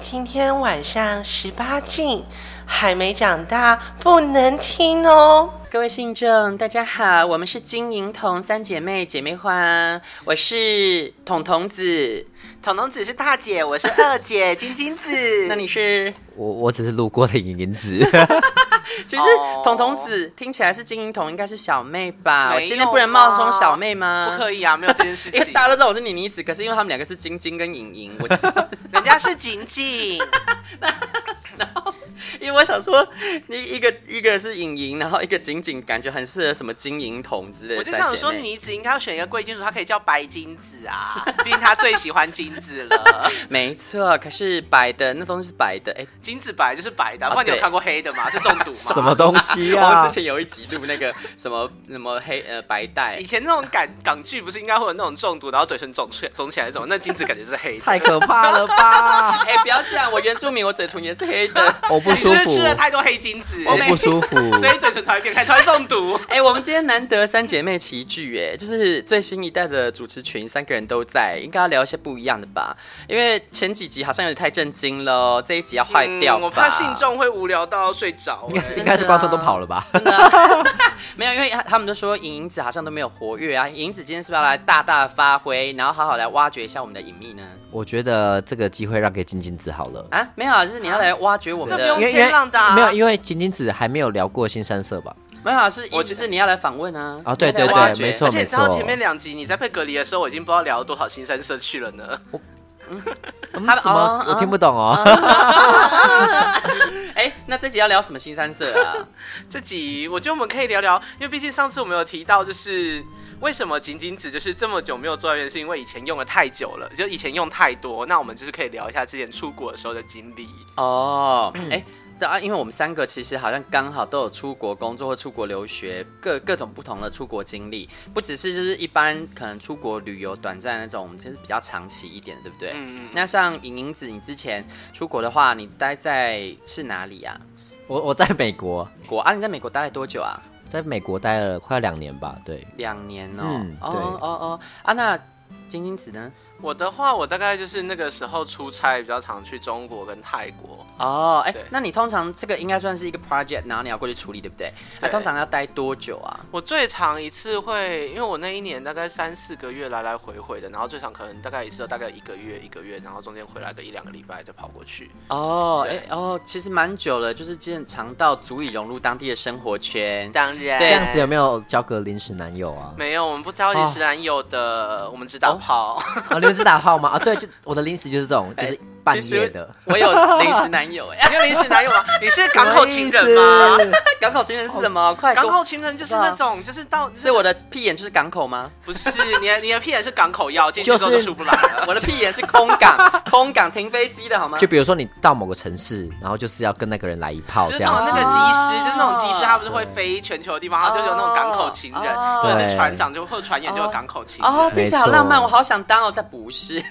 今天晚上十八禁，还没长大不能听哦。各位信众，大家好，我们是金银童三姐妹姐妹花，我是彤彤子，彤彤子是大姐，我是二姐金金 子。那你是？我我只是路过的影影子，其实哦彤彤子听起来是金银童，应该是小妹吧？我没有今天不能冒充小妹不吗？可以啊，没有这件事因 情为。大家都知道我是妮妮子，可是因为他们两个是晶晶跟莹莹， 我人家是景 景，因为我想说，你一个一个是莹莹，然后一个景景，感觉很适合什么金银童之类我的就三想姐说妹。妮子应该要选一个贵金属，她可以叫白金子啊，毕竟她最喜欢金子了。没错，可是白的那东西是白的，哎、金子白就是白的啊，啊不然你有对看过黑的吗？是中毒吗？哦什么东西我呀、们啊之？前有一集录那个什么什么黑呃白带以，前那种港港剧不是应该会有那种中毒，然后嘴唇肿出肿起来这种，那金子感觉是黑的。太可怕了吧！哎、不要这样，我原住民，我嘴唇也是黑的。我 不 舒你是服是，吃了太多黑金子，我不舒服。所以嘴唇才会变开，才会 中毒。哎、我们今天难得三姐妹齐聚，哎，就是最新一代的主持群，三个人都在，应该要聊一些不一样的吧？因为前几集好像有点太震惊了，这一集要坏掉嗯吧、我怕信众会无聊到睡着、应该欸。是应该是观众都跑了吧？真的啊没有，因为他们都说莹莹子好像都没有活跃啊，莹莹子今天是不是要来大大发挥，然后好好来挖掘一下我们的隐秘呢？我觉得这个机会让给金金子好了，啊，没有啊，就是你要来挖掘我们这不用哦的因，为因先为让大家没有，因为金金子还没有聊过新三社吧？没有啊，是我我只是你要来访问啊。啊对你要来对挖对掘没错而且你知道前面两集你在被隔离的时候，我已经不知道聊了多少新生社去了呢。嗯他们什么哦？我哦听不懂哦。哎、那这集要聊什么新三色啊？这集我觉得我们可以聊聊，因为毕竟上次我们有提到，就是为什么仅仅子就是这么久没有做到原因，是因为以前用的太久了，就以前用太多。那我们就是可以聊一下之前出国的时候的经历。哦，嗯哎、对啊，因为我们三个其实好像刚好都有出国工作或出国留学，各各种不同的出国经历，不只是就是一般可能出国旅游短暂那种，我们就是比较长期一点的，对不对？嗯，那像莹莹子，你之前出国的话，你待在是哪里啊？ 我我在美国，国啊？你在美国待了多久啊？在美国待了快两年吧？对，两年哦。嗯哦对哦哦啊，那晶晶子呢？我的话，我大概就是那个时候出差比较常去中国跟泰国。哦，哎、对那你通常这个应该算是一个 project，然后你要过去处理，对不对？那、对通常要待多久啊？我最长一次会，因为我那一年大概三四个月来来回回的，然后最长可能大概一次都大概一个月一个月，然后中间回来个一两个礼拜再跑过去。哦，哎、对哦，其实蛮久了，就是渐长到足以融入当地的生活圈。 当然，这样子有没有交个临时男友啊？没有，我们不挑饮食男友的，我们只打炮。啊，你们是打炮吗？啊，对，就我的临时就是这种，就是半夜的。 我有临时男友哎、你有临时男友吗？你是港口情人吗什？么意思？ 港口情人是什么？快跟哦港我口情人就是那种，就是到是我的屁眼就是港口 吗？不是你的你的屁眼是港口药，进去之后就就是出不来了。 我的屁眼是空 港，空港停飞机的好吗？就比如说你到某个城市，然后就是要跟那个人来一炮就这是那种样那子个。机师，就是那种机师，他不是会对飞全球的地方，他就是有那种港口情人，哦或者是对船长就或者船员就有港口情人。哦，听起来好浪漫，没错我好想当哦，但不 是，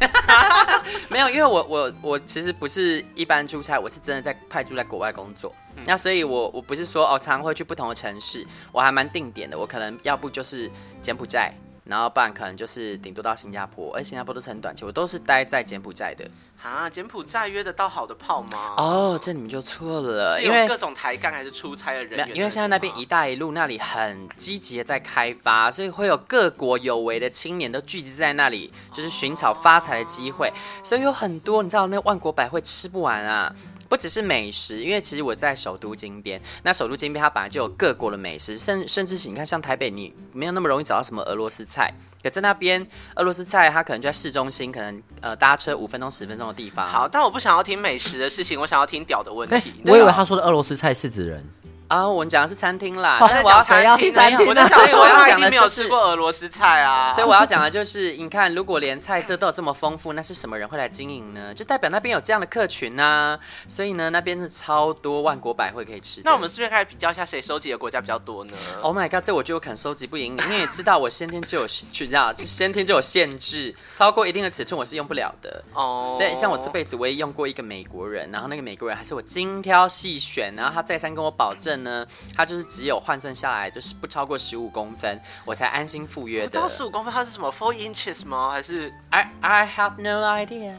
没有，因为我我我其实不是一般出差，我是真的在派驻在国外工作。那所以我，我不是说哦，常会去不同的城市，我还蛮定点的。我可能要不就是柬埔寨，然后不然可能就是顶多到新加坡，而新加坡都是很短期，我都是待在柬埔寨的。啊，柬埔寨约得到好的炮吗？哦，这你们就错了，是因有为各种抬杠还是出差的人没有员？因为现在那边“一带一路”那里很积极的在开发，所以会有各国有为的青年都聚集在那里，就是寻找发财的机会。所以有很多你知道，那万国百汇吃不完啊。不只是美食，因为其实我在首都金边，那首都金边它本来就有各国的美食，甚甚至是你看像台北，你没有那么容易找到什么俄罗斯菜，可在那边俄罗斯菜它可能就在市中心，可能呃搭车五分钟十分钟的地方。好，但我不想要听美食的事情，我想要听屌的问哎题。我以为他说的俄罗斯菜是指人， 啊，我们讲的是餐厅啦，哦但是我要谁要听餐厅啊我在所想以说我要他一讲的定没有就是吃过俄罗斯菜啊。所以我要讲的就是， 你看，如果连菜色都有这么丰富，那是什么人会来经营呢？就代表那边有这样的客群呐、所以呢，那边是超多万国百汇可以吃的。那我们是不是可以比较一下谁收集的国家比较多呢？ ，Oh my god，这我就可能收集不赢你，因为你知道我先天就有去道，就先天就有限制，超过一定的尺寸我是用不了的。哦对，像我这辈子我也用过一个美国人，然后那个美国人还是我精挑细选，然后他再三跟我保证呢，他就是只有换算下来就是不超过十五公分，我才安心赴约不的到。十五公分，它是什么 four inches 吗？还是 I I have no idea。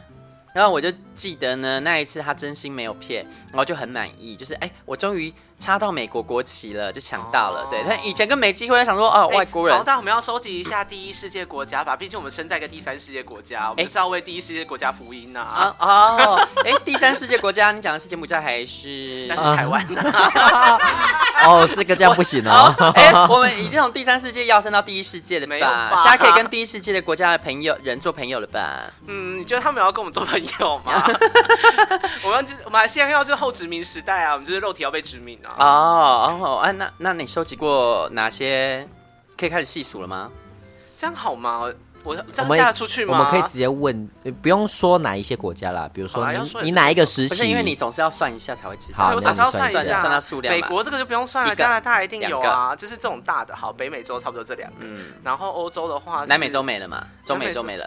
然后我就记得呢，那一次他真心没有骗，然后就很满意，就是哎，我终于插到美国国旗了，就抢到了。哦对，但以前跟没机会，想说哦，外国人哎好，但我们要收集一下第一世界国家吧，毕竟我们身在一个第三世界国家，我们就是要为第一世界国家福音呐、啊。哎啊哦，哎，第三世界国家，你讲的是柬埔寨还 是？但是台湾呢、啊哦，这个这样不行哦。哎、我们已经从第三世界要升到第一世界了没有吧？吧现在可以跟第一世界的国家的朋友人做朋友了吧？嗯，你觉得他们有要跟我们做朋友吗？啊我们就我们还现在要就是后殖民时代啊，我们就是肉体要被殖民啊。哦哦，哎、那那你收集过哪些？可以开始细数了吗？这样好吗？我这我样们嫁得出去我吗？们可以直接问，呃不用说哪一些国家啦，比如好说啦要你说也你是哪一个时不期？是，因为你总是要算一下才会知道好对，我那想我是要们算一算一下，下算它数量美吧国这个就不用算一了，个加拿大一定有两啊，就是这种大的。好，北美洲差不多这两个，嗯，然后欧洲的话是，南美洲没了嘛，中美洲没了，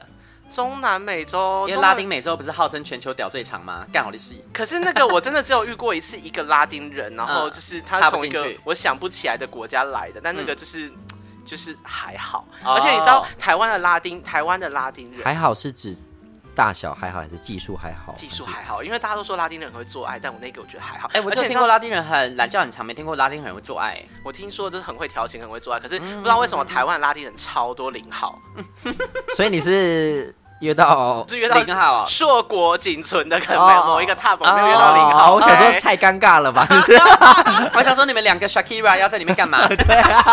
中南美洲，因为中拉南丁美洲不是号称全球屌最长吗？干好的戏，可是那个我真的只有遇过一次，一个拉丁人，然后就是他嗯插不从一进个去我想不起来的国家来的，但那个嗯就是就是还好，哦而且你知道台湾的拉丁，台湾的拉丁人还好是指大小还好，还是技术还好？技术还好，因为大家都说拉丁人很会做爱，但我那个我觉得还好。哎、我而就听且你知道过拉丁人很懒觉很长，没听过拉丁人会做爱、 我听说就是很会调情，很会做爱，可嗯是不知道为什么台湾的拉丁人超多零号，所以你是约 到就是约到零号哦硕果仅存的，可能哦没有某一个 top 没有约到零哦号。哎我想说 OK 太尴尬 了吧？就是我想说你们两个 Shakira 要在里面干 嘛？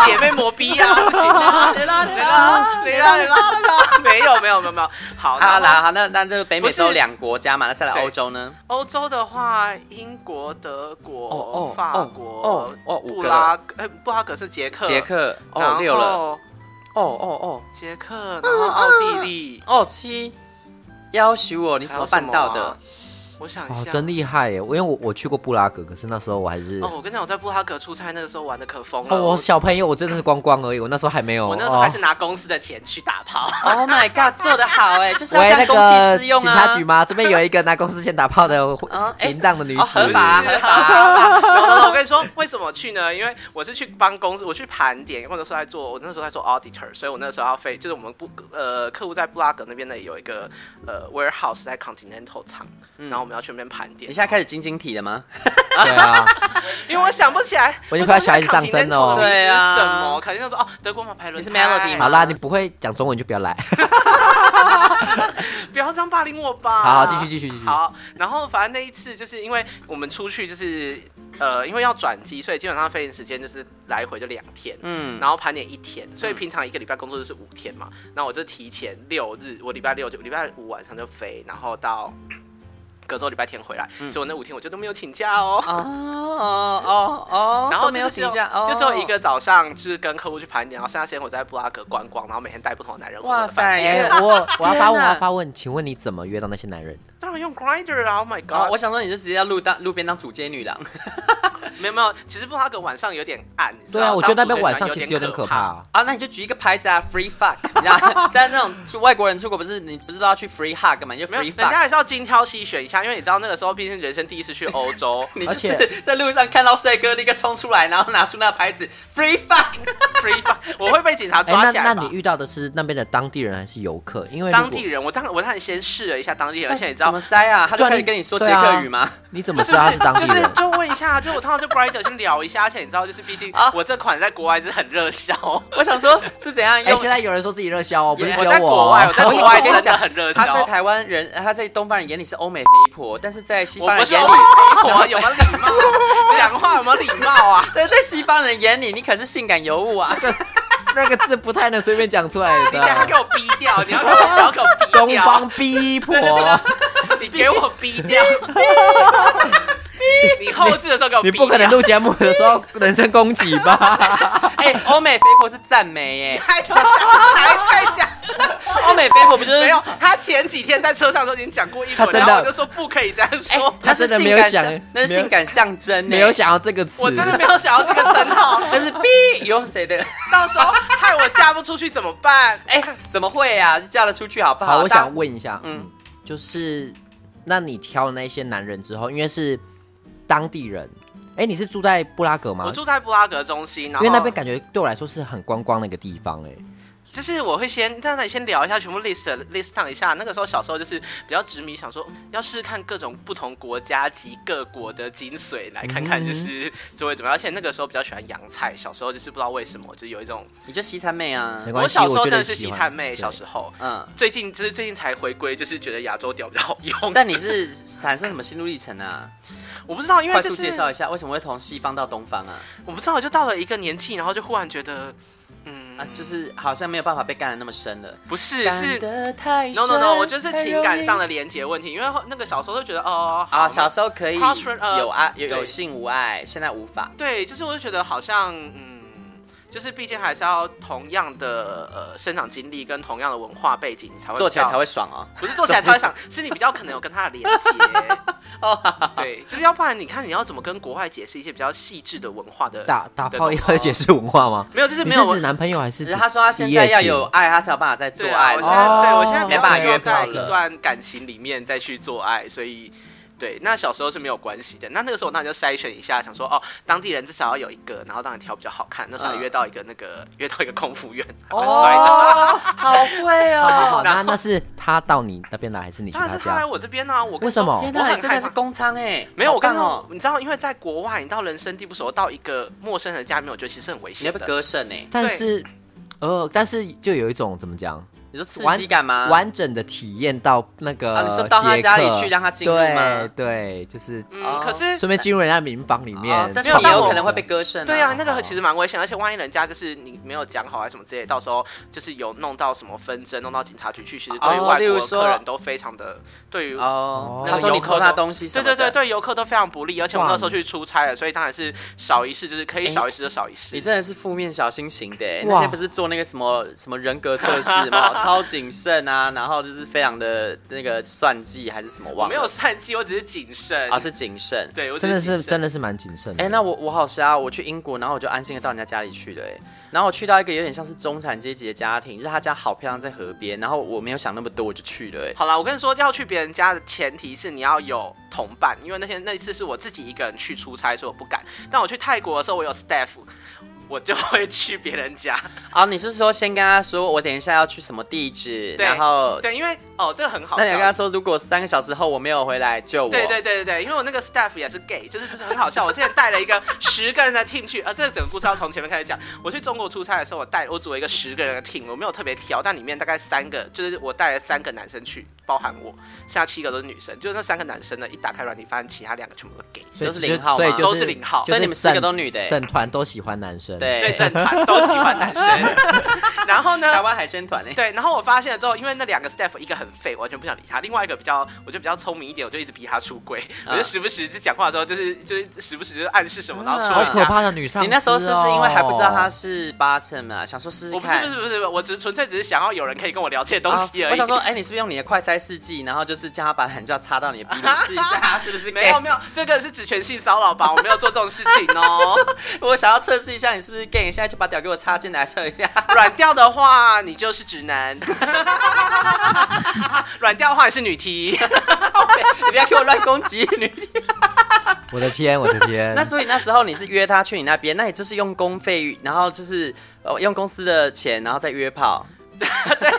姐妹磨逼啊，不行啊，雷拉没啦没啦没啦没啦，没有没有没有没有，好，好然后啦，好，那那就北美啊不洲是两国家嘛，那再来对欧洲呢？欧洲的话，英国、德国、哦哦法哦国、哦哦五布个拉格，呃，布拉格是捷克，捷，克然哦后六了，哦哦哦捷克，然后奥地利，哦七，要求我你怎还有么什办到么的啊？？我想一哦，下，真厉害耶！我因为我我去过布拉格，可是那时候我还是哦，我跟你讲，我在布拉格出差那个时候玩的可疯了，哦，我我小朋友，我真的是光光而已，我那时候还没有。我那时候还是哦拿公司的钱去打炮， Oh my god，做的好哎，就是要喂，这那样公器个私用啊！警察局吗？这边有一个拿公司钱打炮 的哦嗯哎淫荡的女子，哦合法不是合 法，啊然后呢，我跟你说，为什么去呢？因为我是去帮公司，我去盘点，或者是在做，我那时候在做 auditor，所以我那时候要飞，就是我们不呃客户在布拉格那边呢有一个呃 warehouse 在 Continental 厂，嗯然后我们要去那边盘点你现。在开始晶晶体了吗？对啊，因为我想不起来，我已经快要小孩子上身了哦对啊什么？肯定就说哦，德国马牌轮胎你是 Melody 好啦，你不会讲中文就不要 来。不要这样霸凌我吧。好好继续继续继续好，然后反正那一次就是因为我们出去就是呃，因为要转机，所以基本上飞行时间就是来回就两天。嗯，然后盘点一天，所以嗯平常一个礼拜工作日是五天嘛，那我就提前六日，我礼拜六就礼拜五晚上就飞，然后到隔周礼拜天回来，嗯所以我那五天我就都没有请假哦。哦哦哦哦， 然后都没有就是只请假，哦就只有一。个早上，就是跟客户去盘点，然后剩下时间我在布拉格观光，然后每天带不同的男人。哇塞 哎、这我我要发天问，哪我要发问，请问你怎么约到那些男人？当然用 Grinder 啊！Oh my 哦， god！我想说你就直接要路当路边当主街女郎 没有没有，其实布拉格晚上有点暗，你知道对啊，我觉得那边当晚主持人上其实有点可可怕、。啊。啊，那你就举一个牌子啊，free fuck，你知道？但那种出外国人出国不是你不是都要去 free hug 嘛，你就没有，人 free fuck 家。还是要精挑细选一下，因为你知道那个时候毕竟人生第一次去欧 洲你而就且是 在路上看到帅哥，立刻冲出来，然后拿出那个牌子 “free fuck”。 ，free fuck，我会被警察哎、抓起那来那吧你。遇到的是那边的当地人还是游客？因为如果当地，人，我当我当然先试了一下当地人，哎而且你知怎道么，塞啊？他就对啊开始你跟你说捷对啊克语吗？ 你怎么知道他是当地就是人？就问一下，就我通常就 Grinder 先聊一下，而且你知道，就是毕竟啊我这款在国外是很热销，我想说，是怎样哎、用？现在有人说自己热销哦，不是只我有在哦国外，我在国外真的很热他在销。台湾人，他在东方人眼里是欧美肥婆，但是在 西我方不人是眼欧里美，飞婆，啊有没有礼貌？啊讲话有没有礼貌啊？对，在西方人眼里你可是性感尤物啊！ 那个字不太能随便讲出来 你等下给的。我逼掉，你要给我你要给我逼掉，东方逼 迫，你给我逼 掉， 你后置的时候给我逼你掉，不可能录节目的时候人身攻击吧？哎，欧美肥婆是赞美 耶，还在讲，还在 讲，欧美肥婆不就是没有，他前几天在车上都已经讲过一他轮，真的然后我就说不可以这样哎说，，那是他真的性没有感想象，那是没有性感象征耶，没有想到这个词，我真的没有想要这个称号，但是 B 用谁的？ 到时候害我嫁不出去怎么办？哎，怎么会啊？嫁得出去好不好，我大想问一下，嗯嗯，就是那你挑那些男人之后，因为是当地人，哎、你是住在布拉格吗？我住在布拉格中心，然啊因为后那边感觉对我来说是很观光的一个地方、哎，就是我会先在那里先聊一下，全部 list list down 一下。那个时候小时候就是比较执迷，想说嗯要试试看各种不同国家及各国的精髓，来看看就是就会怎么样。而且那个时候比较喜欢洋菜，小时候就是不知道为什么，就有一种你就西餐妹啊没，关系我小时候真的是我觉得西喜欢餐妹，对小时候。嗯，最近就是最近才回归，就是觉得亚洲调比较好用。但你是产生什么心路历程啊？我不知道，因为快就速是介绍一下为什么会从西方到东方啊？我不知道，我就到了一个年纪，然后就忽然觉得，嗯，啊，就是好像没有办法被干的那么深了。不是干是得太 no no no，我觉深得是太情感容易上的连接问题，因为后那个小时候就觉得哦，好啊，小那时候可以 Crossroad，呃有爱有对有性无爱，现在无法。对，就是我就觉得好像嗯，就是毕竟还是要同样的呃生长经历跟同样的文化背景，你才会做起来比较才会爽哦。不是做起来才会想，是你比较可能有跟他的连 接。哦对，就是要不然你看你要怎么跟国外解释一些比较细致的文化的打打的炮东也西会解释文化吗？没有，就是你没是有指男朋友还是只指？是他说他现在要有爱，他才有办法再做对啊，爱我嘛。现在、哦对我现在比没较办法希望约在炮一了段感情里面再去做爱，所以。对，那小时候是没有关系的。那那个时候，那就筛选一下，想说哦，当地人至少要有一个，然后当然挑比较好看。那时候还嗯约到一个那个、约到一个空服员， 还蛮帅的。哦， 好会好好好，哦！那那是他到你那边来，还是你去当然他是他来家？我这边呢、啊，我跟为什么你天说我哪，很你真的害是怕。工仓哎，没有，我好棒刚哦好，，你知道，因为在国外，你到人生地不熟，到一个陌生人家里面，我觉得其实很危你要险被的。割肾哎？但是，呃，但是就有一种怎么讲，你说刺激感吗？哦完整的体验到那个嗯啊捷克。你说到他家里去让他进入吗对对，就是嗯，哦可是顺便进入人家民房里哦面。但是没有你有但我可能会被割肾。对啊，那个个其实蛮危险，而且万一人家就是你没有讲好啊什么之类，到时候就是有弄到什么纷争，弄到警察局去，其实对于哦外例如国说客人都非常的，对于、哦哦，他说你偷他东西什对么的对对，对游客都非常不利，而且我们哇那时候去出差了，所以当然是少一事，就是可以哎少一事就少一事。你真的是负面小心型的欸，哇那天不是做那个什么什么人格测试嘛， 超谨慎啊，然后就是非常的那个算计还是什么我忘没有了，算计，我只是谨慎。啊是谨慎。对，我只真的是是谨慎真的是蛮谨慎的。哎、那我我好瞎哦，我去英国，然后我就安心的到人家家里去了、哎，然后我去到一个有点像是中产阶级的家庭，就是他家好漂亮，在河边，然后我没有想那么多，我就去了、哎，好啦，我跟你说，要去别人家的前提是你要有同伴，因为那天那一次是我自己一个人去出差，所以我不敢。但我去泰国的时候，我有 staff，我就会去别人家。啊，你是说先跟他说我等一下要去什么地址，对然后对，因为哦，这个很好呃那你要跟他笑。说，如果三个小时后我没有回来，救我。 对对对对对，因为我那个 staff 也是 gay，就是就是很好笑。我之前带了一个十个人的 team 去，啊，这个整个故事要从前面开始讲。我去中国出差的时候，我带我组了一个十个人的 team，我没有特别挑，但里面大概三个，就是我带了三个男生去，包含我，剩下七个都是女生。就是那三个男生呢，一打开软体，发现其他两个全部都 gay，所以都是就零号所以吗就是都是零号。就所以你们四个正都女的、哎整团都喜欢男生。，对 对，正团都喜欢男生。然后台呢？湾海鲜团哎、对，然后我发现了之后，因为那两个 staff 一个很废，完全不想理他；，另外一个比较，我就比较聪明一点，我就一直逼他出轨，啊我就时不时就讲话的时候，就是就是时不时就暗示什么，然后嗯好戳一可下。怕的女上司哦。你那时候是不是因为还不知道他是八寸啊？想说试试我不是不看是。不是，我只纯粹只是想要有人可以跟我聊这些东西啊而我已。想说，哎、你是不是用你的快塞试剂，然后就是叫他把懒觉插到你的鼻里试一 下，是不是 gay？没有没有，这个是指权性骚扰吧？我没有做这种事情哦。 我想要测试一下你是不是 gay，你现在就把屌给我插进来测一下。 软调的话，你就是直男；软调的话，你是女 T。 你不要给我乱攻击 女。我的天，我的天。那所以那时候你是约她去你那边，那你就是用公费，然后就是呃用公司的钱，然后再约炮，对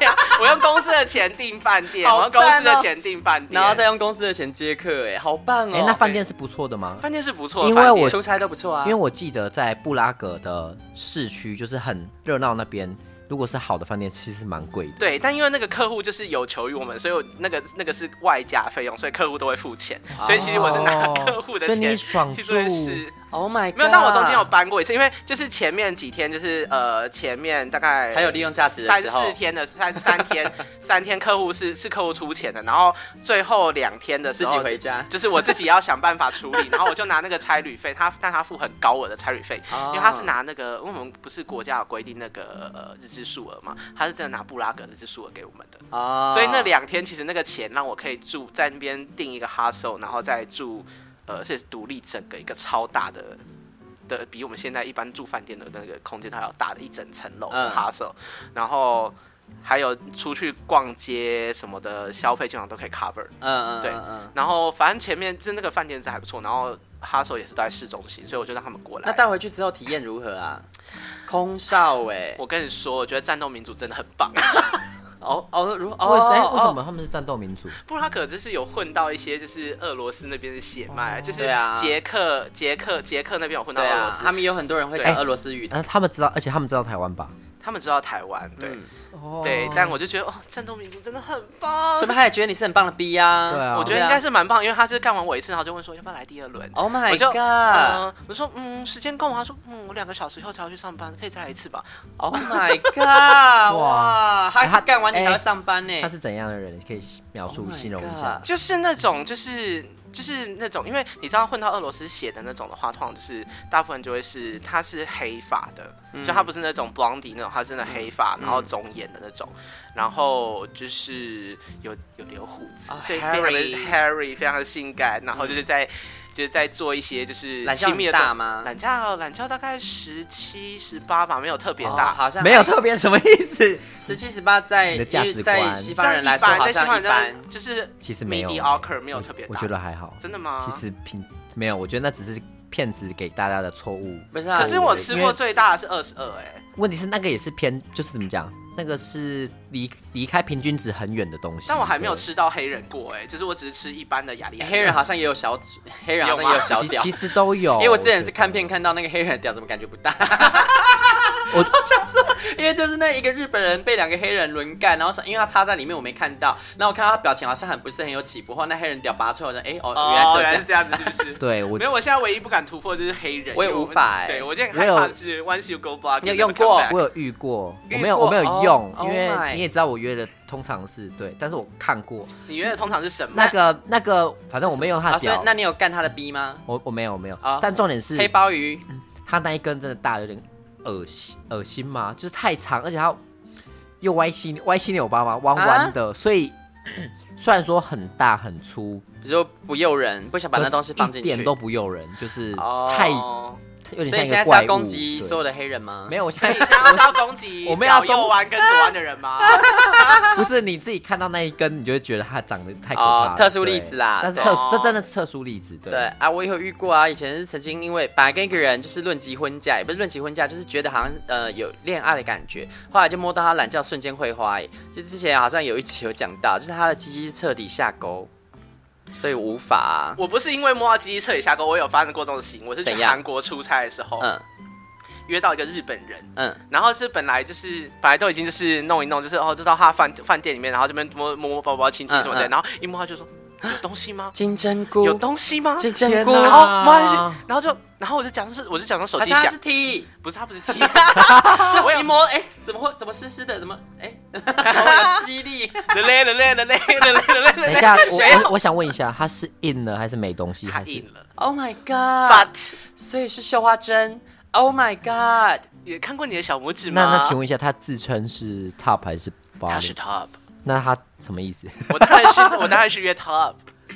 呀、我用公司的钱订饭店，我好用公司赞的哦钱订饭店，然后再用公司的钱接客，哎，好棒哦！哎，那饭店是不错的吗？饭店是不错的因饭店，为我出差都不错啊，因为我记得在布拉格的市区，就是很热闹那边，如果是好的饭店，其实蛮贵的。对，但因为那个客户就是有求于我们，所以我那个那个是外加费用，所以客户都会付钱，所以其实我是拿客户的哦所以钱你爽去住做事。 Oh my God， 没有，但我中间有搬过一次，因为就是前面几天就是呃前面大概还有利用价值的三时候四天的三三天三天客户是是客户出钱的，然后最后两天的时自候己回家，就是我自己要想办法处 理，然后我就拿那个差旅费，他但他付很高额的差旅费，哦因为他是拿那个，因为我们不是国家有规定那个呃日志数额嘛，他是真的拿布拉格的日志数额给我们的，啊所以那两天其实那个钱让我可以住在那边订一个 hostel，然后再住呃是独立整个一个超大的。的比我们现在一般住饭店的那个空间还要大的一整层楼的嗯 hostel，、然后还有出去逛街什么的消费，基本上都可以 cover。嗯嗯，对嗯嗯。然后反正前面就是那个饭店子还不错，然后哈手也是都在市中心，所以我就让他们过那来。带回去之后体验如何啊？空少哎、我跟你说，我觉得战斗民族真的很棒， 哦哦，如哦为什哎哦为什么他们是战斗民族？不然他可能就是有混到一些就是俄罗斯那边的血脉，就是对啊捷克、捷克、捷克那边有混到对俄罗啊，斯，他们有很多人会讲对俄罗斯语的。啊，他们知道，而且他们知道台湾吧？他们知道台湾，对、嗯哦对，但我就觉得哦，战斗民族真的很棒所以。他也觉得你是很棒的 B 啊。对啊我觉得应该是蛮棒，因为他是干完我一次，然后就问说要不要来第二轮。 Oh my 啊我就 god！Oh 嗯，我说嗯，时间够吗？他说嗯，我两个小时后才要去上班，可以再来一次吧。Oh my god！哇，哇他还是他干完你哎还要上班呢。他是怎样的人？你可以描述 Oh my 形容一下 god。就是那种，就是就是那种，因为你知道混到俄罗斯血的那种的话，通常就是大部分就会是他是黑发的，嗯就他不是那种 blondie 那种，他是真的黑发，然后棕眼的那种，然后就是有有留胡子啊，所以非常的 Harry 嗯 Harry 非常的性感，然后就是在、就是在做一些就是懒觉亲密很的大动吗？懒觉哦懒觉大概十七十八吧，没有特别哦大。好像没有特别什么意思，十七十八在你的价值因为在观西这方样人一来说般好在西像方一人家般。就是其实没有啊 mediocre 没有特别我大，觉得还好。真的吗？其实平没有，我觉得那只是骗子给大家的错误。不是啊可是我吃因为过最大的是二十二，哎，问题是那个也是偏，就是怎么讲，那个是离离开平均值很远的东西。但我还没有对吃到黑人过，哎，就是我只是吃一般的雅利安。黑人好像也有小，黑人好像也有小其屌其。实都有，因为我之前是看觉片看到那个黑人的屌，怎么感觉不大？ 我我想说，因为就是那一个日本人被两个黑人轮干，然后想因为他插在里面我没看到，然后我看到他表情好像很不是很有起伏，后来那黑人屌拔出来，我说哎哦原来哦，只有原这来样是。这样子，是不是？ 得。对我没有，我现在唯一不敢突破就是黑人，我也因为无法哎对我有点我害有怕的是 once you go black，你有 you 用 never come 过 back 我有遇过，遇过我没有我没有哦用， oh 因为 my 你也知道我约的通常是对，但是我看过你约的通常是什么那？个那个，反正我没有用他啊，的所以脚，那你有干他的逼吗？我我没有我没有哦，但重点是黑鲍鱼，他那一根真的大的有点恶心恶心嘛，就是太长，而且他又歪七歪七扭八嘛，弯弯的，所以虽然说很大很粗，你说不诱人，不想把可那是东西放进一去，点都不诱人，就是哦太、有点所以你像一现在个是要怪物。攻击所有的的黑人吗？没有，我现 你在现在是要攻击我们要攻击左右弯跟左弯的人吗？不是你自己看到那一根，你就会觉得它长得太可怕哦了、特殊对例子啦但是对特、哦这真的是特殊例子，对。对啊，我也有遇过啊。以前是曾经因为本来跟一个人就是论及婚嫁，也不是论及婚嫁，就是觉得好像呃有恋爱的感觉，后来就摸到他懒觉，瞬间会花哎耶。就之前好像有一期有讲到，就是他的鸡鸡彻底下沟，所以无法啊、我不是因为摸到鸡鸡彻底下钩，我有发生过这种事情。我是去怎样韩国出差的时候，嗯约到一个日本人，嗯，然后是本来就是本来都已经就是弄一弄，就是哦，就到他饭饭店里面，然后这边摸摸摸包包、亲亲什么的，嗯嗯然后一摸他就说有东西吗？金针有菇，哦东西吗？金针菇，哦天哪然后摸下去，然后就然后我就假装是我就假装手还机是他响是，T，不是他不是鸡，我就有一摸，哎、怎么会怎么湿湿的？怎么哎， 好有吸 力？嘞嘞嘞嘞嘞嘞嘞嘞等一嘞， 下，我我我想问一下，它是硬了还是没东西？他还是硬了。 Oh my god！ But 所以是绣花针。Oh my god！也看过你的小拇指那吗？那请问一下，他自称是 top 还是 bottom？他是 top，那他什么意思？我当然是我当然是约 top，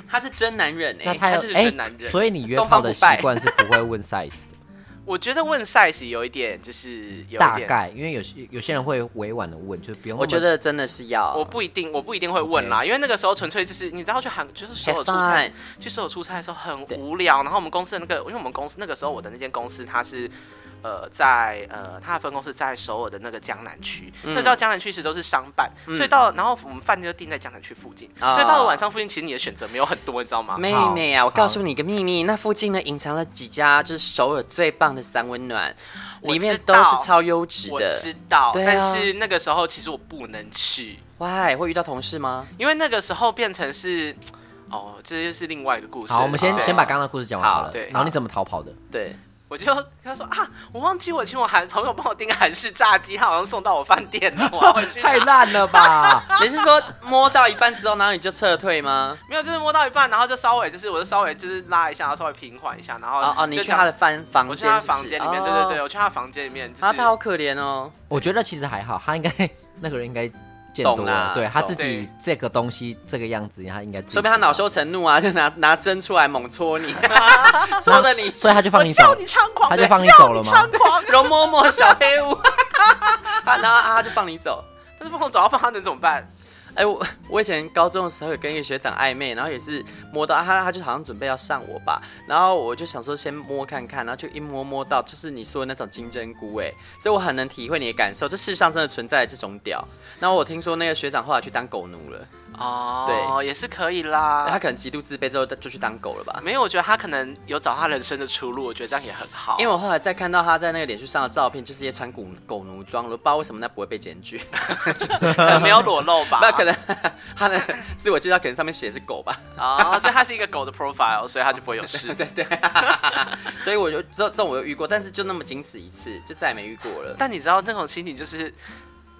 他是真男人哎、 那他要他是哎真男人所以你约东方炮不的习败惯是不会问 size 的，我觉得问 size 有一点就是有大一点。概，因为有些有些人会委婉的问，就是不用那么。我觉得真的是要。我不一定，我不一定会问啦因为那个时候纯粹就是你知道去韩，就是所有嗯 Have 出差 fun，去所有出差的时候很对无聊。然后我们公司的那个，因为我们公司那个时候我的那间公司它是。呃，在呃，它的分公司在首尔的那个江南区，嗯那知道江南区其实都是商办，所以到然后我们饭店就定在江南区附近，哦所以到了晚上附近，其实你的选择没有很多，你知道吗？妹妹啊，我告诉你一个秘密，那附近呢隐藏了几家就是首尔最棒的三温暖，我里面知都是道超优质我的。知道，对啊但是那个时候其实我不能去，喂，会遇到同事吗？因为那个时候变成是，哦，这就是另外一个故事了。好，我们先对先把刚刚的故事讲完好好了。对然后你怎么逃跑的？对，我就跟他说啊，我忘记我请我韩朋友帮我订韩式炸鸡，他好像送到我饭店了，我要回去拿。太烂了吧！ 你是说摸到一半之后，然后你就撤退吗？没有，就是摸到一半，然后就稍微就是我就稍微就是拉一下，然后稍微平缓一下，然后哦哦，你就去讲他的房房我去间他是不的是，房间里面，哦对对对，我去他的房间里面，就是、嗯啊，他好可怜哦。我觉得其实还好，他应该 那个人应该见多懂啦了，对他自对己这个东西这个样子，他应该自己说明他恼羞成怒啊， 就拿拿针出来猛戳你， 戳的你所以他就放我你走叫。你猖狂，他就对放你叫走了吗猖狂， 容嬷嬷小黑屋，啊，然后啊他就放你走。但是凤头早要放，他能怎么办？哎、我 我以前高中的时候有跟一个学长暧昧，然后也是摸到他，他就好像准备要上我吧，然后我就想说先摸看看，然后就一摸摸到就是你说的那种金针菇哎、所以我很能体会你的感受，这世上真的存在这种屌。然后我听说那个学长后来去当狗奴了，哦，对，也是可以他啦。可能极度自卑之后就去当狗了吧。没有，我觉得他可能有找他人生的出路，我觉得这样也很好。因为为我后来再看到他在那个脸书上的照片，就是也穿狗狗奴装，我都不知道为什么那不会被检举。 可能没有裸露吧，那可能 他的自我介绍可能上面写的是狗吧，哦，所以他是一个狗的 profile，所以他就不会有事。对对，所以我就这这种我有遇过，但是就那么仅此一次，就再也没遇过了。但你知道那种心情就是，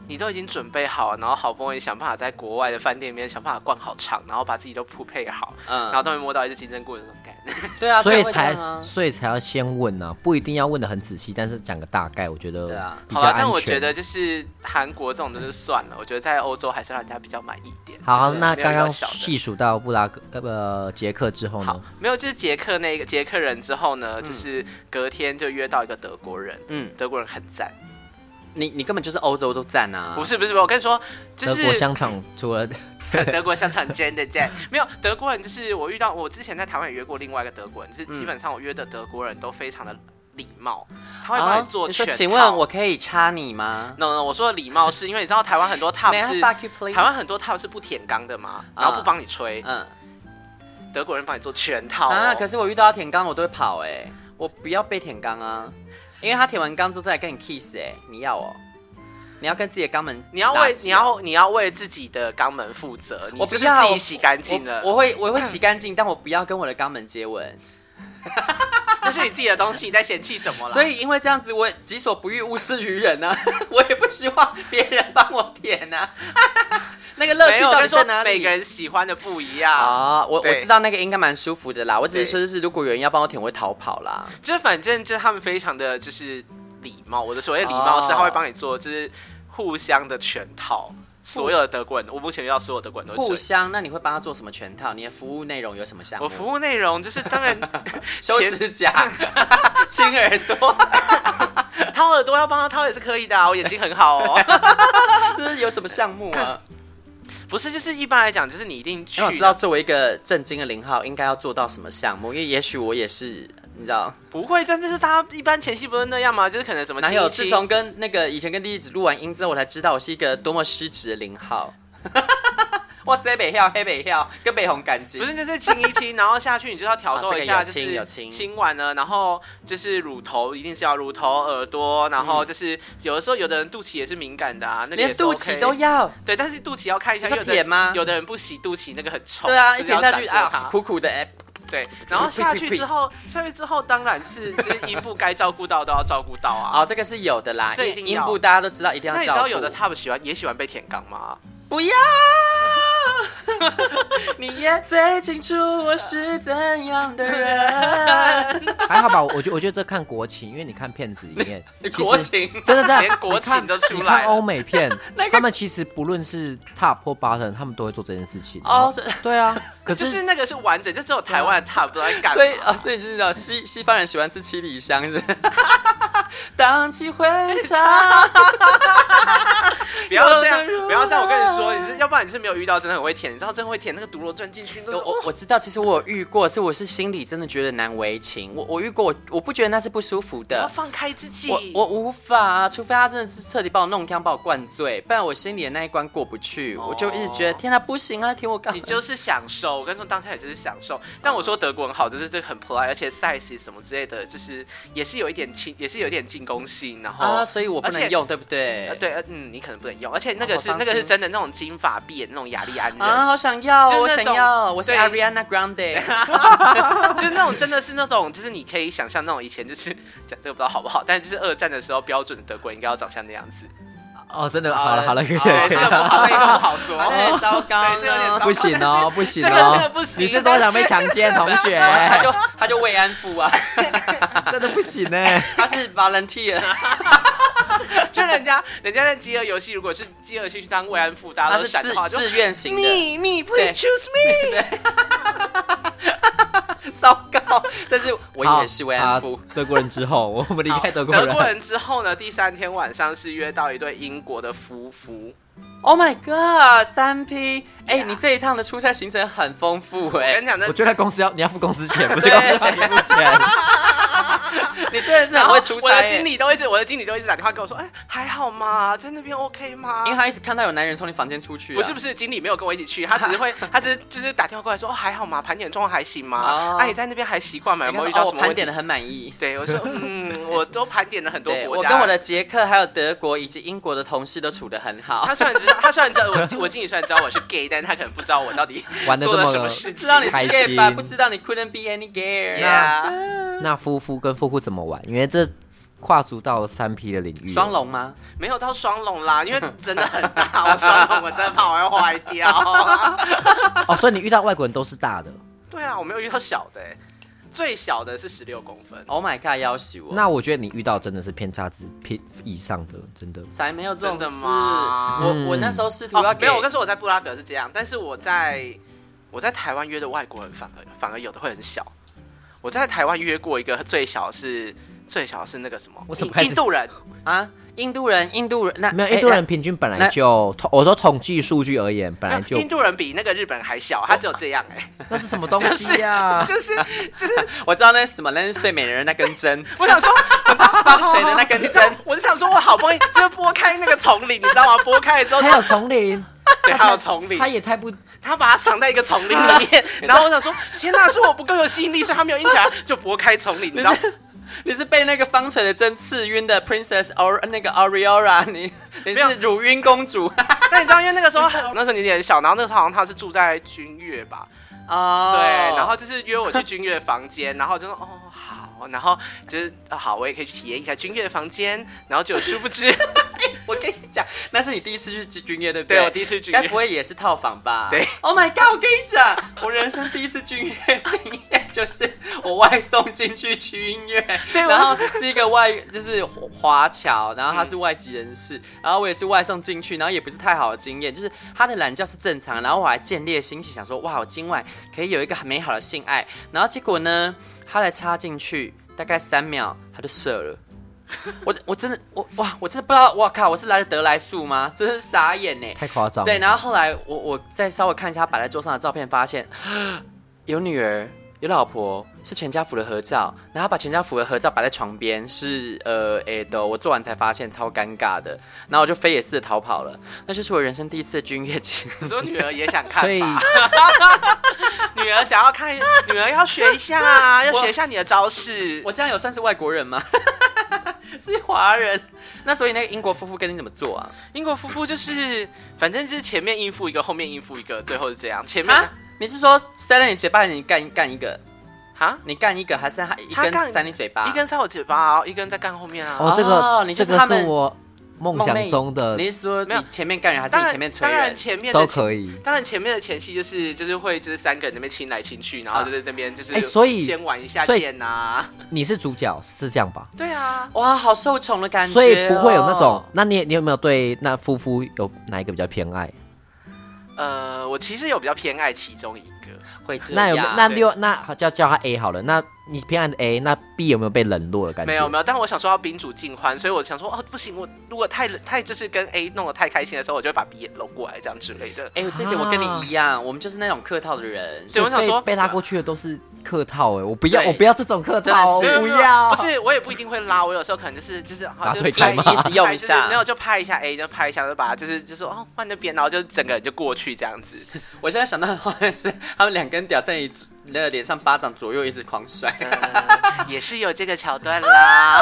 你都已经准备好，然后好不容易想办法在国外的饭店里面想办法逛好场，然后把自己都铺配好，然后嗯，都会摸到一只金针菇的那种感觉。对啊，所以会这才样啊所以才要先问啊，不一定要问的很仔细，但是讲个大概，我觉得对啊比较好安了，全。但我觉得就是韩国这种的就算了，我觉得在欧洲还是让人家比较满意一点。好，就是那没有刚一刚个小的细数到布拉格呃捷克之后好呢，，没有，就是捷克那个捷克人之后呢，嗯就是隔天就约到一个德国人，嗯，德国人很赞。你你根本就是欧洲都赞啊，不是不是，不是我跟你说，就德是国香肠除了 德国香肠真的在没有德国人，就是我遇到我之前在台湾也约过另外一个德国人，就是嗯基本上我约的德国人都非常的礼貌，他会帮你做哦你全啊说套。请问我可以插你吗 no, no, no，我说的礼貌是因为你知道台湾 很多 top ？May I 是 fuck you please？台湾很多 top 是不舔肛的嘛，然后不帮你吹，嗯德国人帮你做全套、哦、啊，可是我遇到他舔缸我都会跑哎、我不要被舔缸啊，因为他舔完缸之后再来跟你 kiss 哎、你要哦，你要跟自己的肛门你要打为气你要你要为自己的肛门负责，你哦我就是不要自己洗干净了我，我会我会洗干净，但我不要跟我的肛门接吻。那是你自己的东西，你在嫌弃什么啦？所以因为这样子，我己所不欲，勿施于人呢、啊。 我也不希望别人帮我舔呢、啊。 那个乐没趣有，到我底跟你在说哪每里个？人喜欢的不一样。啊、我我对知道那个应该蛮舒服的啦。我只是对说，就是如果有人要帮我舔，我会逃跑啦。就是反正就是他们非常的就是礼貌，我的所谓的礼貌是他会帮你做就是互相的全套，所有的德国人，我目前遇到所有德国人都互是这样。相，那你会帮他做什么全套？你的服务内容有什么项目？我服务内容就是当然修前指甲、 亲耳朵， 掏耳朵要帮他掏也是可以的、啊，我眼睛很好哦。 这是有什么项目 啊？不是，就是一般来讲，就是你一定去因为我知道，作为一个正经的零号，应该要做到什么项目？因为也许我也是，你知道。不会，真的是大家一般前戏不是那样吗？就是可能什么哪有？亲自一亲从跟那个以前跟第一子录完音之后，我才知道我是一个多么失职的零 号。哇，这北跳黑北跳跟北红感激不。是，就是亲一亲，然后下去你就要挑逗一下，啊就这个有亲是有亲亲完了，然后就是乳头一定是要乳头、耳朵，然后就是有的时候有的人肚脐也是敏感的啊，那个也嗯连是肚 OK 脐都要。对，但是肚脐要看一下，你说有的舔吗有的人不洗肚脐，那个很臭，对啊，一就是舔要下去闪过它啊，苦苦的。哎对，然后下去 之后，下去之后当然是就是阴部该照顾到都要照顾到啊。哦，这个是有的啦，这因一为定阴要部大家都知道一定要那你知照道顾有的 top 喜欢也喜欢被舔肛吗？不 要，你也最清楚我是怎样的人。，还好吧，我觉得我觉得这看国情，因为你看片子里面其国实情真的真的连国情你看都出来了你看欧美 片，他们其实不论是 top 或 bottom，他们都会做这件事情。哦哦， 对啊，可就是是那个是完整，就只有台湾的 top 不知道在嗯干嘛。所以啊、所以就是讲西西方人喜欢吃七里香是 不是。荡气回肠，不要这 样，不要这样！我跟你说，你是要不然你是没有遇到真的很会舔，你知道真的会舔那个毒螺钻进去，都我是我我知道，其实我有遇过，所以我是心里真的觉得难为情。我我遇过，我我不觉得那是不舒服要的，放开自己。我我无法、啊除非他真的是彻底把我弄僵，把我灌醉，不然我心里的那一关过不去，我就一直觉得天哪，不行啊，听我干嘛哦你就是享受，我跟你说，当下也就是享受。但我说德国人好，就是这个很 polite，而且 size 什么之类的，就是也是有一点进，也是有一点进攻性，然后啊，所以我不而且能用，对不对？呃对，呃嗯，你可能不能用，而且那个好是伤那个是心真的那种金发碧眼那种雅利安人，啊，好想要就哦，是我那想种要，我是对 Ariana Grande， 就是那种真的是那种，就是你可以想象那种以前就是讲这个不知道好不好，但就是二战的时候标准的德国人应该要长相那样子。哦，真的呃好了 好了，可以对，这个不好，这个不好说。哎，糟糕 对这有呢点糟糕。不行哦，不行这个哦这个不，行你是多想被强奸，同 学，他就他就慰安妇啊，真的不行欸呢。他是 volunteer，就人家 人家在饥饿游戏，如果是饥饿游戏去当慰安妇，大家他都是闪的话，自就自愿型的， me me please choose me。糟糕。但是我也是慰好安啊妇，德国人之后，我们离开德国德人国。人之后呢，第三天晚上是约到一对英国的夫妇， Oh my god，三 P，哎、 Yeah 你这一趟的出差行程很丰富哎、我跟你讲，我真觉得公司要你要付公司钱，不是对公司要你 付钱。你真的是然很后会出差、我的哎经理都一直，我的经理都一直打电话跟我说，哎，还好吗？在那边 OK 吗？因为他一直看到有男人从你房间出去、啊，不是不是，经理没有跟我一起去，他只 是会，他只是就是打电话过来说，哦，还好吗？盘点状况还行吗哦？啊，你在那边还习惯吗？有应没该有说遇到哦，我什么问盘题点的很满意。对，我说，嗯，我都盘点了很多对，国我家。跟我的捷克还有德国以及英国的同事都处得很好 他。虽然知道，他虽然知道我，我经理虽然知道我是 gay，但是他可能不知道我到底玩得做了这么什么事知情。道你是开 gay 吧？心不知道你 couldn't be any gay。 Yeah 那夫妇跟夫妇怎么玩？因为这跨足到三 P 的领域，双龙吗？没有到双龙啦，因为真的很大，我双龙我真的怕我会坏掉。 哦，所以你遇到外国人都是大的。对啊，我没有遇到小的、欸，最小的是十六公分。哦 Oh my god，要死我！那我觉得你遇到真的是偏差值偏以上的，真的。才没有这种真的事吗我我那时候试图要哦，给没有，我跟你说我在布拉格是这样，但是我在我在台湾约的外国人反而反而有的会很小。我在台湾约过一个最小是最小是那个什么我怎么开印始印度人，啊，印度人，印度人那没有哎印度人那平均本来那就，统我说统计数据而言，本来就印度人比那个日本人还小，他只有这样哎、那是什么东西啊呀？ 就是就是， 我知道那什么，那是睡美人的那根针， 我想说，方锤的那根你知道 针。，我就想说，我好不容易 就是拨开那个丛林，你知道吗？拨开了之后，还有丛林，对，还有丛林他，也太不他把它藏在一个丛林里 面，然后我想说，天哪，是我不够有吸引力，所以他没有硬起来，就拨开丛 林，你知道吗？你是被那个方锤的针刺晕的 Princess Or 那个 Aurora，你你没有是乳晕公主但你知道，因为那个时候那时候你年纪小，然后那时候好像他是住在君悦吧，哦。对，然后就是约我去君悦房间，然后我就说哦好，然后就是、啊好，我也可以去体验一下君悦房间，然后就殊不知， 我跟你讲，那是你第一次去军乐对不对？对我第一次君该不悦，会也是套房吧？对，Oh my god！我跟你讲，我人生第一次军乐经验就是我外送进去军乐，对我然后是一个外就是华侨，然后他是外籍人士，嗯然后我也是外送进去，然后也不是太好的经验，就是他的懒觉是正常，然后我还见猎心喜，想说哇，我今晚可以有一个很美好的性爱，然后结果呢，他来插进去大概三秒，他就射了。我我真的我哇，我真的不知道，哇靠，我是来了得来速吗？真是傻眼呢。太夸张了。对，然后后来我我再稍微看一下他摆在桌上的照片，发现有女儿，有老婆，是全家福的合照。然后他把全家福的合照摆在床边，是呃诶的，我做完才发现超尴尬的。然后我就飞也似的逃跑了。那就是我人生第一次的军乐节。 你说女儿也想看所以吧？ 女儿想要看，女儿要学一下 啊，要学一下你的招式。我这样有算是外国人吗？ 是华人。那所以那个英国夫妇跟你怎么做啊？英国夫妇就是，反正就是前面应付一个，后面应付一个，最后是这样。前面啊？你是说塞在你嘴巴里，你干干一个，啊，你干一个，还是他一他根干塞你嘴巴？一根在我嘴巴、哦，一根在干后面啊。啊哦，这哦个你就是这个他是们我梦梦想寐中的你是说呃没有你前面干人，还是当你然前面催当然人？前面的都前可以。当然前面的前戏就是就是会就是三个人那边亲来亲去，然后就在那边就是、哎所以先玩一下所以剑啊，你是主角是这样吧？对啊，哇，好受宠的感觉、哦，哦所以不会有那种，那你你有没有对那夫妇有哪一个比较偏爱？呃，我其实有比较偏爱其中一个，会这样。那有没有那对六那好叫叫他 A 好了，那你偏爱的 A，那 B 有没有被冷落的感觉？没有没有，但我想说要宾主尽欢，所以我想说哦不行，我如果太太就是跟 A 弄得太开心的时候，我就会把 B 也搂过来这样之类的。哎、这点我跟你一样，我们就是那种客套的人。啊对，我想说被被拉过去的都是客套哎、我不要对我不要这种客真的套，是我没哎不有没有要。不是，我也不一定会拉，我有时候可能就是就是好打就对拍台吗 拍意思用一下就是没有就拍一下 A，就拍一下，就把它就是就说哦换那边，然后就整个人就过去这样 子。我现在想到的画面是，他们两根屌在你的脸上巴掌左右一直狂 甩，呃也是有这个桥 段啦。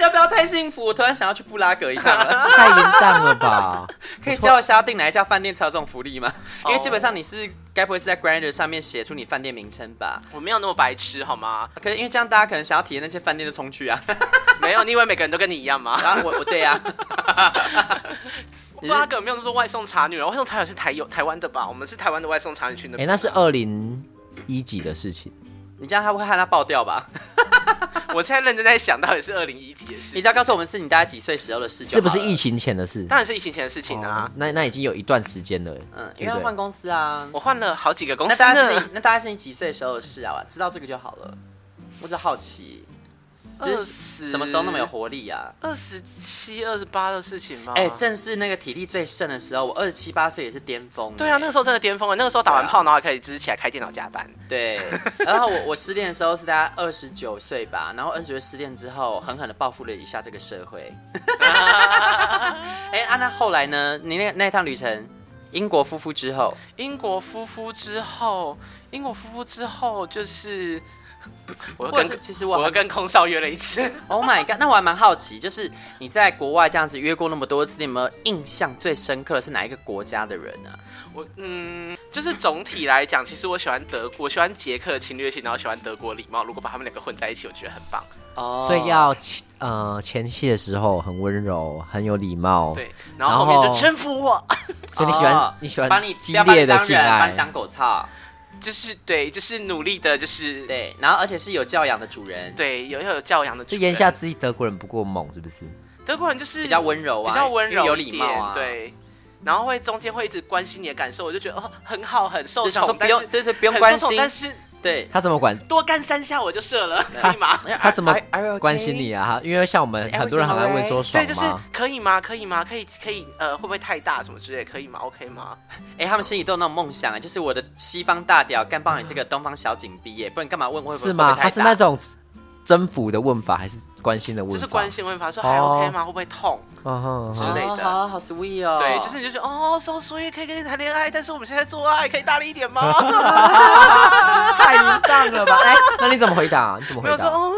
要不要太幸福？我突然想要去布拉格一趟 了。太淫荡了吧？ 可以教我下定哪一家饭店才有这种福利吗？因为哦基本上你是该不会是在 Grander 上面写出你饭店名称吧？ 我没有那么白痴好吗？可是因为这样大家可能想要体验那些饭店的冲去 啊。没有，你以为每个人都跟你一样 吗？然后我我对啊，布拉格没有那么多外送茶女，啊外送茶女是台有台湾的吧？我们是台湾的外送茶女去那哎、边。那是二零一几的事情，你这样他会害他爆掉 吧？我现在认真在想，到底是二零一几的事你只要告诉我们是你大概几岁时候的事情，是不是疫？情前的事？当然是疫情前的事情啊哦。那那已经有一段时间了、欸，嗯，因为对不要对换公司啊。我换了好几个公那司 大概是呢你，那大概是你几岁时候的事啊？知道这个就好了。我只好奇，就是20什么时候那么有活力啊呀、二十七、二十八的事情吗？哎、正是那个体力最盛的时候，我二十七八岁也是巅峰、欸对啊，那个时候真的巅峰了。那个时候打完哎对啊炮，然后还可以支起来开电脑加 班。对，然后我我失恋的时候是大概二十九岁吧，然后二十九岁失恋之后，狠狠的报复了一下这个社会。哎、啊，那后来呢？你那那一趟旅程，英国夫妇之后，英国夫妇之后，英国夫妇之后就是， 我又或者是跟其实我我又还跟空少约了一次。 ，Oh my god，那我还蛮好奇，就是你在国外这样子约过那么多次，你有没有印象最深刻的是哪一个国家的人啊？我嗯，就是总体来讲，其实我喜欢德国，我喜欢捷克的侵略性，然后喜欢德国礼貌。如果把他们两个混在一起，我觉得很棒。哦所以要前呃前期的时候很温柔，很有礼貌。，对，然后后面然就后征服我，所以你喜欢、哦你喜欢把你激不要把你烈的当性人把爱你，当狗操，就是对，就是努力的，就是对，然后而且是有教养的主人，对，有有教养的主就人。言下之意，德国人不够猛，是不是？德国人就是比较温柔啊，比较温柔有一礼点貌啊，。对。然后会中间会一直关心你的感受，我就觉得哦很好，很受就想说宠，不但用是，对对，不用很关受宠心，但是对，他怎么管？多干三下我就射了，可以 吗？他怎么 Are- are you okay？关心你啊？他因为像我们 Is everything 很多人很爱问说 alright？爽对，吗？就是可以吗？可以吗？可以可以呃，会不会太大什么之类？可以吗？OK 吗？哎、他们心里都有那种梦想啊，就是我的西方大屌干爆你这个东方小紧逼耶，不然干嘛问我会不会是吗？会不会太他大是那种征服的问法，还是关心的问就法？是关心问法，说还哦 OK 吗？会不会痛？嗯哼嗯之哼类的哦好好 sweet 哦。对，就是你就觉得哦，so sweet，可以跟你谈恋爱，但是我们现在做爱可以大力一 点吗？太淫荡了吧？ 哎，那你怎么回答？你怎么没回有说答？哦，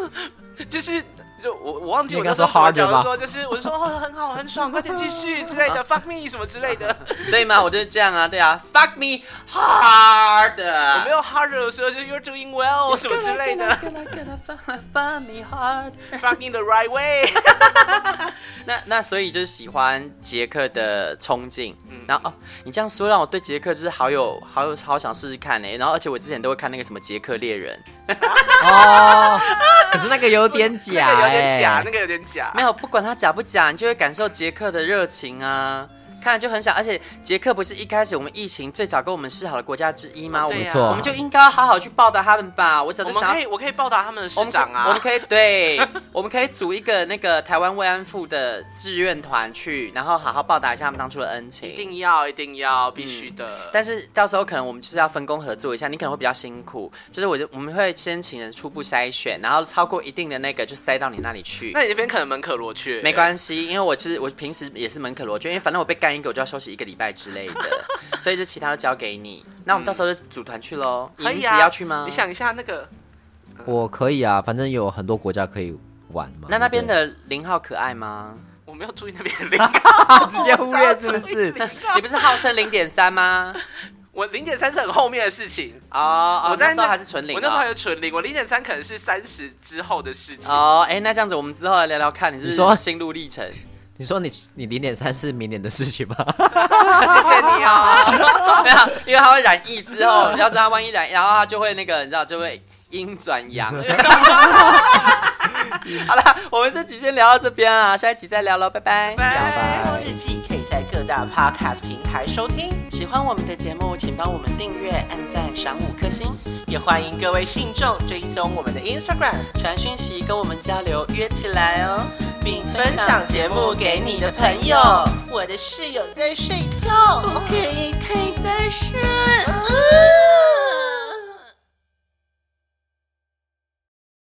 就是。就我我忘记你应我该那时说候怎么 harder 讲，我吧就说就是我就说哦很好很爽，快点继续之类的，fuck me 什么之类的。对吗？我就是这样啊，对啊，fuck me hard，我没我有 harder 的时候就是 you're doing well 什么之类的 fuck me hard。 ，fuck me the right way。那那所以就是喜欢杰克的冲劲，嗯然后哦，你这样说让我对杰克就是好有好有好想试试看欸呢。然后而且我之前都会看那个什么杰克猎人，哦，可是那个有点假， 那个有点假，哎那个有点假没。有，不管他假不假，你就会感受杰克的热情啊。看了就很想，而且杰克不是一开始我们疫情最早跟我们示好的国家之一吗？我哦对们呀没错我们就应该好好去报答他们吧。我早我就们想可要，以我可以报答他们的市我们可以长我们啊。可以 对，我们可以组一个那个台湾慰安妇的志愿团去，然后好好报答一下他们当嗯初的恩情。一定要，一定要，必须的。但是到时候可能我们就是要分工合作一下，你可能会比较辛苦。就是我就我们会先请人初步筛选，然后超过一定的那个就塞到你那里去。那你那边可能门可罗雀，没关系，因为我其实我平时也是门可罗雀，因为反正我被干一个，我就要休息一个礼拜之类的，所以就其他都交给你。那我们到时候就组团去喽。可银以子啊。要去吗？你想一下那个，我可以啊，反正有很多国家可以玩嘛。那那边对不的零号可爱 吗？我没有注意那边的零，对直接 忽略是不是？你不是号称零点三吗？我零点三是很后面的事情。哦，我哦，在那时候还是纯零我那时候还哦。有纯零，我零点三可能是三十之后的事情。哦，哎，那这样子我们之后来聊聊看，你是你不说是心路历程？你说你你零点三是明年的事情吗？谢谢你啊， 没有，因为它会染疫之 后，要是它万一染，然后它就会那个，你知道，就会阴转 阳。好啦，我们这集先聊到这边啊，下一集再聊喽，拜拜。拜拜日记可以在各大 podcast 平台收听，喜欢我们的节目，请帮我们订阅、按赞、赏五颗星，也欢迎各位信众追踪我们的 Instagram，传讯息跟我们交流，约起来哦，并分享节目给你的朋友。 我的室友在睡觉。 OK，太大声。